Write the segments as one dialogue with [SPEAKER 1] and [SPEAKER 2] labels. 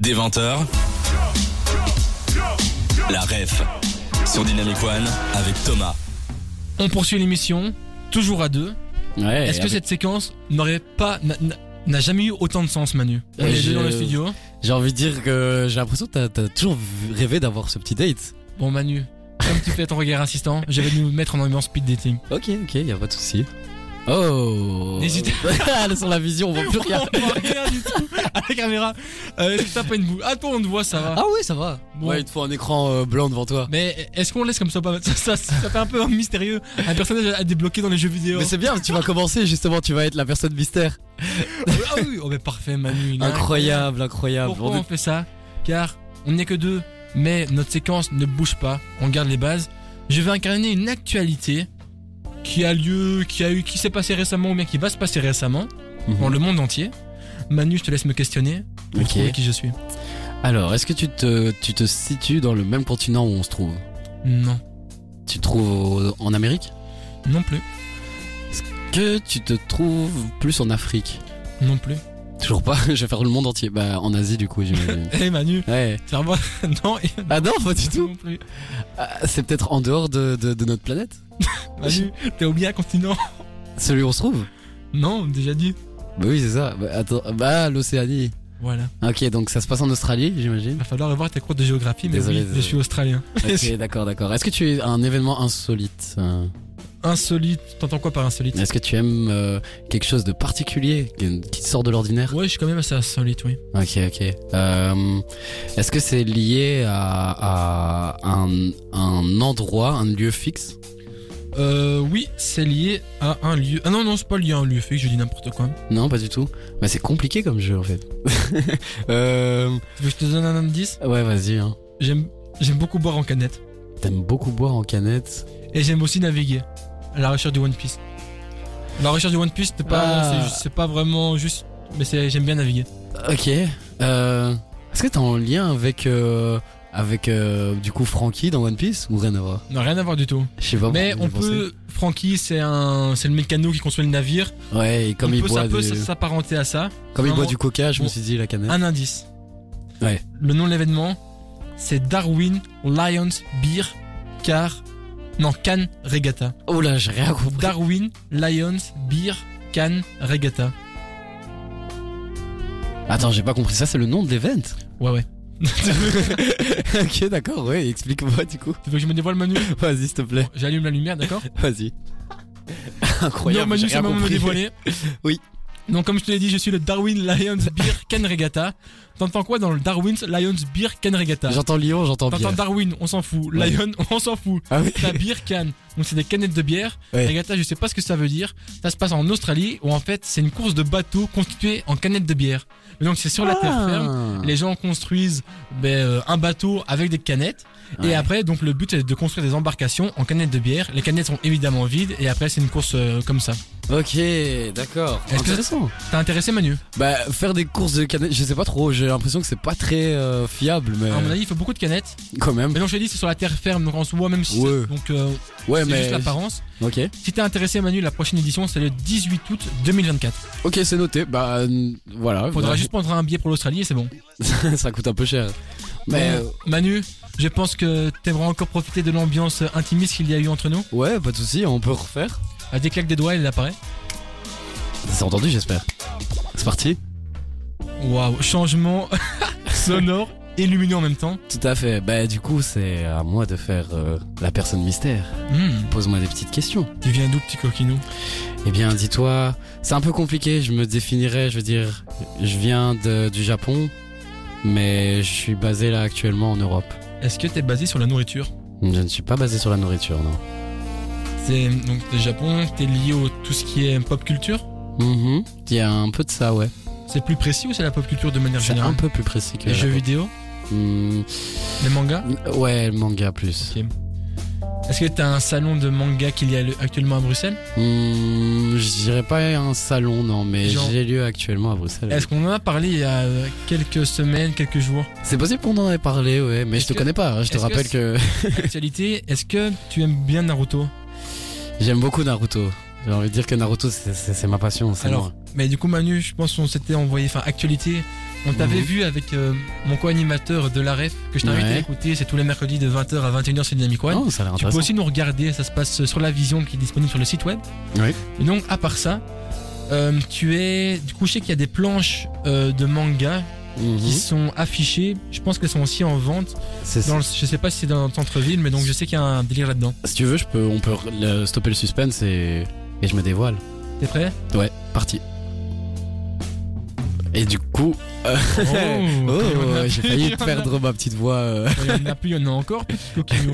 [SPEAKER 1] Des 20h, la ref sur Dynamic One avec Thomas.
[SPEAKER 2] On poursuit l'émission, toujours à deux.
[SPEAKER 3] Ouais,
[SPEAKER 2] Est-ce que
[SPEAKER 3] Eh, avec-
[SPEAKER 2] cette séquence n'aurait pas n'a- n'a- n'a jamais eu autant de sens, Manu On
[SPEAKER 3] Euh,
[SPEAKER 2] est deux dans le
[SPEAKER 3] je-
[SPEAKER 2] studio.
[SPEAKER 3] J'ai envie de dire que j'ai l'impression que t'as- t'as toujours rêvé d'avoir ce petit date.
[SPEAKER 2] Bon, Manu, comme tu fais ton regard insistant, je vais nous mettre en ambiance speed dating.
[SPEAKER 3] Ok, ok, y a pas de souci. Oh
[SPEAKER 2] N'hésite-
[SPEAKER 3] Ah, Sans la vision, on voit plus rien.
[SPEAKER 2] On voit rien du tout à la caméra. Euh, Est-ce que t'as pas une boule Attends, on te voit, ça va.
[SPEAKER 3] Ah oui, ça va.
[SPEAKER 2] Bon.
[SPEAKER 3] Ouais, il te faut un écran euh, blanc devant toi.
[SPEAKER 2] Mais est-ce qu'on laisse comme ça ou pas ça, ça, ça fait un peu mystérieux. Un personnage à débloquer dans les jeux vidéo.
[SPEAKER 3] Mais c'est bien, tu vas commencer justement, tu vas être la personne mystère.
[SPEAKER 2] ah oui, oh mais parfait, Manu. il est
[SPEAKER 3] Incroyable, incroyable.
[SPEAKER 2] Pourquoi
[SPEAKER 3] On est-
[SPEAKER 2] on fait ça Car on n'est que deux, mais notre séquence ne bouge pas, on garde les bases. Je vais incarner une actualité qui a lieu, qui a eu, qui s'est passée récemment ou bien qui va se passer récemment
[SPEAKER 3] Mhm.
[SPEAKER 2] dans le monde entier. Manu, je te laisse me questionner pour
[SPEAKER 3] Ok.
[SPEAKER 2] trouver qui je suis.
[SPEAKER 3] Alors, est-ce que tu te, tu te situes dans le même continent où on se trouve
[SPEAKER 2] Non,
[SPEAKER 3] Tu te trouves au- en Amérique
[SPEAKER 2] non plus,
[SPEAKER 3] Que tu te trouves plus en Afrique
[SPEAKER 2] non plus.
[SPEAKER 3] Toujours pas, je vais faire le monde entier. Bah, en Asie du coup, j'imagine.
[SPEAKER 2] Eh Manu,
[SPEAKER 3] ouais.
[SPEAKER 2] c'est un bon- non, et-
[SPEAKER 3] Ah non, pas du tout.
[SPEAKER 2] non plus.
[SPEAKER 3] Ah, C'est peut-être en dehors de, de- de notre planète
[SPEAKER 2] Manu, t'as oublié un continent
[SPEAKER 3] Celui où on se trouve
[SPEAKER 2] Non, déjà dit.
[SPEAKER 3] Bah oui, c'est ça. Bah, attends, bah l'Océanie.
[SPEAKER 2] Voilà,
[SPEAKER 3] Ok, donc ça se passe en Australie, j'imagine.
[SPEAKER 2] va falloir revoir tes cours de géographie, mais
[SPEAKER 3] Désolé,
[SPEAKER 2] oui, je
[SPEAKER 3] désolé.
[SPEAKER 2] suis australien.
[SPEAKER 3] Ok, d'accord, d'accord. Est-ce que tu es un événement insolite euh,
[SPEAKER 2] Insolite, t'entends quoi par insolite
[SPEAKER 3] Est-ce que tu aimes euh, quelque chose de particulier qui qui te sort de l'ordinaire
[SPEAKER 2] Ouais, je suis quand même assez insolite, oui.
[SPEAKER 3] Ok, ok. Euh, Est-ce que c'est lié à, à un, un endroit, un lieu fixe
[SPEAKER 2] Euh, oui, c'est lié à un lieu. Ah non, non, c'est pas lié à un lieu fixe, je dis n'importe quoi.
[SPEAKER 3] Non, pas du tout. Bah c'est compliqué comme jeu en fait. euh,
[SPEAKER 2] Tu veux que je te donne un indice
[SPEAKER 3] ouais, vas-y. Hein.
[SPEAKER 2] J'aime, j'aime beaucoup boire en canette.
[SPEAKER 3] T'aimes beaucoup boire en canette
[SPEAKER 2] Et j'aime aussi naviguer à la recherche du One Piece. La recherche du One Piece, c'est pas,
[SPEAKER 3] Ah.
[SPEAKER 2] c'est, juste- c'est pas vraiment juste. Mais c'est, j'aime bien naviguer.
[SPEAKER 3] Ok. Euh, Est-ce que t'es en lien avec euh, avec euh, du coup Frankie dans One Piece ou rien à voir
[SPEAKER 2] Non, rien à voir du tout.
[SPEAKER 3] Je sais pas.
[SPEAKER 2] mais
[SPEAKER 3] pourquoi
[SPEAKER 2] on
[SPEAKER 3] j'ai pensé.
[SPEAKER 2] peut. Frankie, c'est un, c'est le mécano qui construit le navire.
[SPEAKER 3] Ouais, et comme
[SPEAKER 2] on
[SPEAKER 3] il
[SPEAKER 2] peut,
[SPEAKER 3] boit
[SPEAKER 2] ça peut
[SPEAKER 3] du...
[SPEAKER 2] s'apparenter à ça.
[SPEAKER 3] comme il boit
[SPEAKER 2] vraiment-
[SPEAKER 3] du coca, je me
[SPEAKER 2] on-
[SPEAKER 3] suis dit la canette.
[SPEAKER 2] Un indice.
[SPEAKER 3] Ouais.
[SPEAKER 2] Le nom de l'événement, c'est Darwin Lions Beer Car. Non, Cannes Regatta.
[SPEAKER 3] Oh là, j'ai rien compris.
[SPEAKER 2] Darwin, Lions, Beer, Cannes, Regatta.
[SPEAKER 3] Attends, j'ai pas compris ça, c'est le nom de l'event.
[SPEAKER 2] Ouais, ouais. tu, veux,
[SPEAKER 3] ok, d'accord, ouais, explique-moi du coup.
[SPEAKER 2] tu veux que je me dévoile Manu
[SPEAKER 3] Vas-y, s'il te plaît,
[SPEAKER 2] J'allume la lumière, d'accord
[SPEAKER 3] vas-y. Incroyable,
[SPEAKER 2] Non, Manu,
[SPEAKER 3] j'ai
[SPEAKER 2] c'est
[SPEAKER 3] rien
[SPEAKER 2] le moment de me
[SPEAKER 3] compris.
[SPEAKER 2] dévoiler.
[SPEAKER 3] Oui.
[SPEAKER 2] Donc, comme je te l'ai dit, je suis le Darwin Lions Beer Can Regatta. T'entends quoi dans le Darwin Lions Beer Can Regatta
[SPEAKER 3] J'entends Lyon, j'entends bien.
[SPEAKER 2] T'entends Darwin, on s'en fout.
[SPEAKER 3] Ouais.
[SPEAKER 2] Lion, on s'en fout.
[SPEAKER 3] Ah oui
[SPEAKER 2] La beer can, donc c'est des canettes de bière.
[SPEAKER 3] Ouais.
[SPEAKER 2] Regatta, je sais pas ce que ça veut dire. Ça se passe en Australie où en fait c'est une course de bateaux constituée en canettes de bière. Et donc c'est sur la terre
[SPEAKER 3] Ah.
[SPEAKER 2] ferme.
[SPEAKER 3] Hein.
[SPEAKER 2] Les gens construisent ben, euh, un bateau avec des canettes.
[SPEAKER 3] Ouais.
[SPEAKER 2] Et après, donc le but est de construire des embarcations en canettes de bière. Les canettes sont évidemment vides. Et après, c'est une course euh, comme ça.
[SPEAKER 3] Ah. Ok, d'accord.
[SPEAKER 2] Est-ce que-
[SPEAKER 3] Intéressant.
[SPEAKER 2] T'as intéressé Manu
[SPEAKER 3] Bah, faire des courses de canettes, je sais pas trop, j'ai l'impression que c'est pas très euh, fiable, mais
[SPEAKER 2] À mon avis, il faut beaucoup de canettes.
[SPEAKER 3] quand même.
[SPEAKER 2] Mais non, je t'ai dit, c'est sur la terre ferme. Donc on se voit même si.
[SPEAKER 3] Ouais.
[SPEAKER 2] c'est- Donc euh,
[SPEAKER 3] Ouais,
[SPEAKER 2] c'est
[SPEAKER 3] mais.
[SPEAKER 2] juste l'apparence.
[SPEAKER 3] Ok.
[SPEAKER 2] Si t'es intéressé Manu, la prochaine édition, c'est le 18 août 2024.
[SPEAKER 3] Ok, c'est noté. Bah, euh, voilà.
[SPEAKER 2] Faudra
[SPEAKER 3] Bah,
[SPEAKER 2] juste prendre un billet pour l'Australie et c'est bon.
[SPEAKER 3] ça coûte un peu cher. Mais. euh,
[SPEAKER 2] Bon, Manu, je pense que t'aimerais encore profiter de l'ambiance intimiste qu'il y a eu entre nous.
[SPEAKER 3] euh, Ouais, pas de soucis, on peut refaire.
[SPEAKER 2] À des claques des doigts, il apparaît.
[SPEAKER 3] C'est entendu, j'espère. C'est parti.
[SPEAKER 2] Waouh, changement sonore et lumineux en même temps.
[SPEAKER 3] Tout à fait. Bah, du coup, c'est à moi de faire euh, la personne mystère.
[SPEAKER 2] Hmm.
[SPEAKER 3] Pose-moi des petites questions.
[SPEAKER 2] Tu viens d'où, petit coquinou
[SPEAKER 3] Eh bien, dis-toi, c'est un peu compliqué, je me définirais, je veux dire, je viens de- du Japon, mais je suis basé là actuellement en Europe.
[SPEAKER 2] Est-ce que t'es basé sur la nourriture
[SPEAKER 3] Je ne suis pas basé sur la nourriture, non.
[SPEAKER 2] C'est donc t'es Japon, t'es lié au tout ce qui est pop culture
[SPEAKER 3] Mhm. Il y a un peu de ça, ouais.
[SPEAKER 2] C'est plus précis ou c'est la pop culture de manière
[SPEAKER 3] C'est un
[SPEAKER 2] générale
[SPEAKER 3] peu plus précis que.
[SPEAKER 2] Les
[SPEAKER 3] le
[SPEAKER 2] jeux
[SPEAKER 3] Japon.
[SPEAKER 2] vidéo
[SPEAKER 3] Mhm.
[SPEAKER 2] Les mangas
[SPEAKER 3] Ouais, le manga plus.
[SPEAKER 2] Est-ce que t'as un salon de manga qu'il y a le- actuellement à Bruxelles
[SPEAKER 3] Mhm, je dirais pas un salon, non, mais
[SPEAKER 2] Genre-
[SPEAKER 3] j'ai lieu actuellement à Bruxelles.
[SPEAKER 2] Est-ce qu'on en a parlé il y a euh, quelques semaines, quelques jours
[SPEAKER 3] C'est possible qu'on en ait parlé, ouais, mais je
[SPEAKER 2] Est-ce
[SPEAKER 3] te
[SPEAKER 2] que-
[SPEAKER 3] connais pas. hein, Je te
[SPEAKER 2] est-ce que
[SPEAKER 3] rappelle que,
[SPEAKER 2] Actualité, est-ce que tu aimes bien Naruto
[SPEAKER 3] j'aime beaucoup Naruto. J'ai envie de dire que Naruto, c'est- c'est c'est ma passion. c'est
[SPEAKER 2] Alors,
[SPEAKER 3] moi.
[SPEAKER 2] mais du coup Manu, je pense qu'on s'était envoyé, enfin actualité, On t'avait
[SPEAKER 3] Mhm.
[SPEAKER 2] vu avec euh, mon co-animateur de la ref que je t'invite
[SPEAKER 3] Ouais.
[SPEAKER 2] à écouter. C'est tous les mercredis de 20h à 21h sur Dynamic One.
[SPEAKER 3] Oh, ça a l'air
[SPEAKER 2] Tu peux
[SPEAKER 3] intéressant.
[SPEAKER 2] aussi nous regarder, ça se passe sur la vision qui est disponible sur le site web.
[SPEAKER 3] Oui.
[SPEAKER 2] Et donc, à part ça, euh, tu es. Du coup, je sais qu'il y a des planches euh, de manga
[SPEAKER 3] Mhm.
[SPEAKER 2] qui sont affichées. Je pense qu'elles sont aussi en vente.
[SPEAKER 3] C'est-
[SPEAKER 2] Dans le- je sais pas si c'est dans le centre-ville, mais donc je sais qu'il y a un délire là-dedans.
[SPEAKER 3] Si tu veux, je peux, on peut le- stopper le suspense et, et je me dévoile.
[SPEAKER 2] T'es prêt
[SPEAKER 3] Ouais, parti. Et du coup,
[SPEAKER 2] Oh,
[SPEAKER 3] oh,
[SPEAKER 2] il y en a
[SPEAKER 3] j'ai
[SPEAKER 2] plus, il y
[SPEAKER 3] failli
[SPEAKER 2] en a-
[SPEAKER 3] perdre ma petite voix. euh.
[SPEAKER 2] Il y en a plus, il y en a encore, petit coquillot.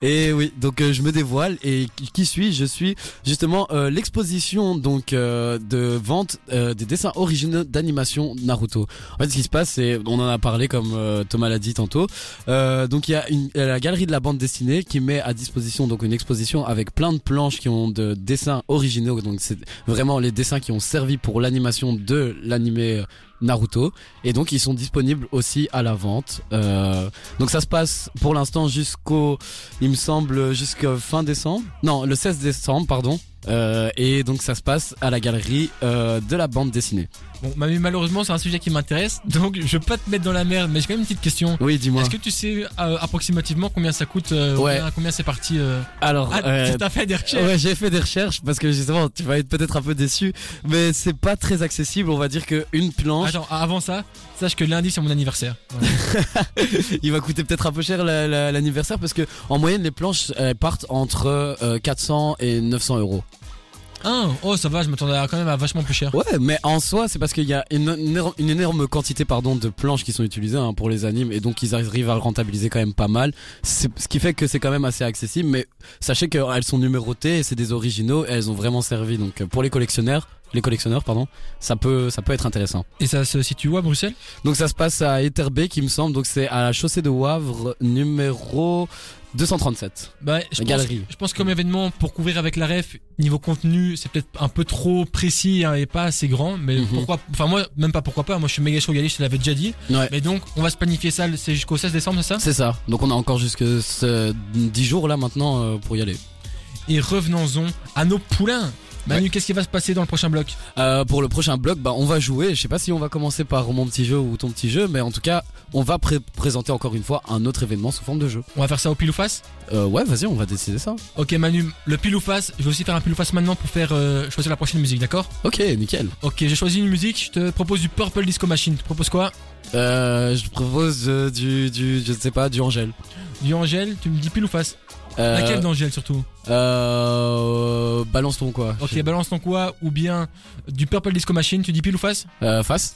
[SPEAKER 3] Et oui, donc euh, je me dévoile et qui- qui suis Je suis justement euh, l'exposition donc euh, de vente euh, des dessins originaux d'animation Naruto. En fait, ce qui se passe, c'est on en a parlé comme euh, Thomas l'a dit tantôt. Euh, donc il y a une, euh, la galerie de la bande dessinée qui met à disposition donc une exposition avec plein de planches qui ont de dessins originaux. Donc c'est vraiment les dessins qui ont servi pour l'animation de l'animé euh, Naruto et donc ils sont disponibles aussi à la vente. Euh, donc ça se passe pour l'instant jusqu'au il me semble jusqu'à fin décembre. Non, le 16 décembre, pardon. Euh, et donc ça se passe à la galerie euh, de la bande dessinée.
[SPEAKER 2] Bon, bah, mais malheureusement, c'est un sujet qui m'intéresse, donc je veux pas te mettre dans la merde, mais j'ai quand même une petite question.
[SPEAKER 3] Oui, dis-moi.
[SPEAKER 2] Est-ce que tu sais euh, approximativement combien ça coûte euh,
[SPEAKER 3] Ouais.
[SPEAKER 2] combien, combien c'est parti euh...
[SPEAKER 3] Alors,
[SPEAKER 2] Ah,
[SPEAKER 3] euh,
[SPEAKER 2] t'as fait des recherches
[SPEAKER 3] ouais, j'ai fait des recherches parce que justement, tu vas être peut-être un peu déçu, mais c'est pas très accessible. On va dire que une planche,
[SPEAKER 2] Attends, avant ça, sache que lundi c'est mon anniversaire. Ah,
[SPEAKER 3] il va coûter peut-être un peu cher la- la- l'anniversaire parce que en moyenne, les planches elles partent entre euh, 400 et 900 euros.
[SPEAKER 2] Hein oh, ça va, je m'attendais à- quand même à vachement plus cher.
[SPEAKER 3] Ouais, mais en soi, c'est parce qu'il y a une, une énorme- une énorme quantité pardon, de planches qui sont utilisées hein, pour les animes et donc ils arrivent à le rentabiliser quand même pas mal. C'est- Ce qui fait que c'est quand même assez accessible, mais sachez qu'elles sont numérotées, et c'est des originaux et elles ont vraiment servi. Donc euh, pour les collectionneurs, les collectionneurs pardon, ça peut, ça peut être intéressant.
[SPEAKER 2] Et ça se situe où à Bruxelles
[SPEAKER 3] Donc ça se passe à Etterbeek, qui me semble, donc c'est à la chaussée de Wavre numéro 237.
[SPEAKER 2] Bah, je
[SPEAKER 3] La
[SPEAKER 2] pense,
[SPEAKER 3] galerie.
[SPEAKER 2] je pense que comme événement pour couvrir avec la ref, niveau contenu, c'est peut-être un peu trop précis hein, et pas assez grand. Mais
[SPEAKER 3] Mhm.
[SPEAKER 2] pourquoi Enfin, moi, même pas pourquoi pas. Moi, je suis méga chaud galé, je te l'avais déjà dit.
[SPEAKER 3] Ouais.
[SPEAKER 2] Mais donc, on va se planifier ça. C'est jusqu'au 16 décembre, c'est ça
[SPEAKER 3] C'est ça. Donc on a encore jusque ce- 10 jours là maintenant euh, pour y aller.
[SPEAKER 2] Et revenons-en à nos poulains. Manu, qu'est-ce qui va se passer dans le prochain bloc
[SPEAKER 3] Euh, pour le prochain bloc, bah, on va jouer. Je sais pas si on va commencer par mon petit jeu ou ton petit jeu, mais en tout cas, on va pré- présenter encore une fois un autre événement sous forme de jeu.
[SPEAKER 2] On va faire ça au pile ou face
[SPEAKER 3] Euh, ouais, vas-y, on va décider ça.
[SPEAKER 2] Ok, Manu, le pile ou face. Je vais aussi faire un pile ou face maintenant pour faire euh, choisir la prochaine musique, d'accord
[SPEAKER 3] Ok, nickel.
[SPEAKER 2] Ok, j'ai choisi une musique. Je te propose du Purple Disco Machine. Tu proposes quoi
[SPEAKER 3] Euh, je te propose euh, du, du, je sais pas, du Angèle.
[SPEAKER 2] Du Angèle, tu me dis pile ou face
[SPEAKER 3] Euh,
[SPEAKER 2] Laquelle d'Angèle surtout
[SPEAKER 3] euh, balance ton quoi.
[SPEAKER 2] Ok, balance ton quoi Ou bien du Purple Disco Machine, tu dis pile ou face eh
[SPEAKER 3] Euh, face.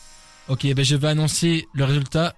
[SPEAKER 2] Ok, ben je vais annoncer le résultat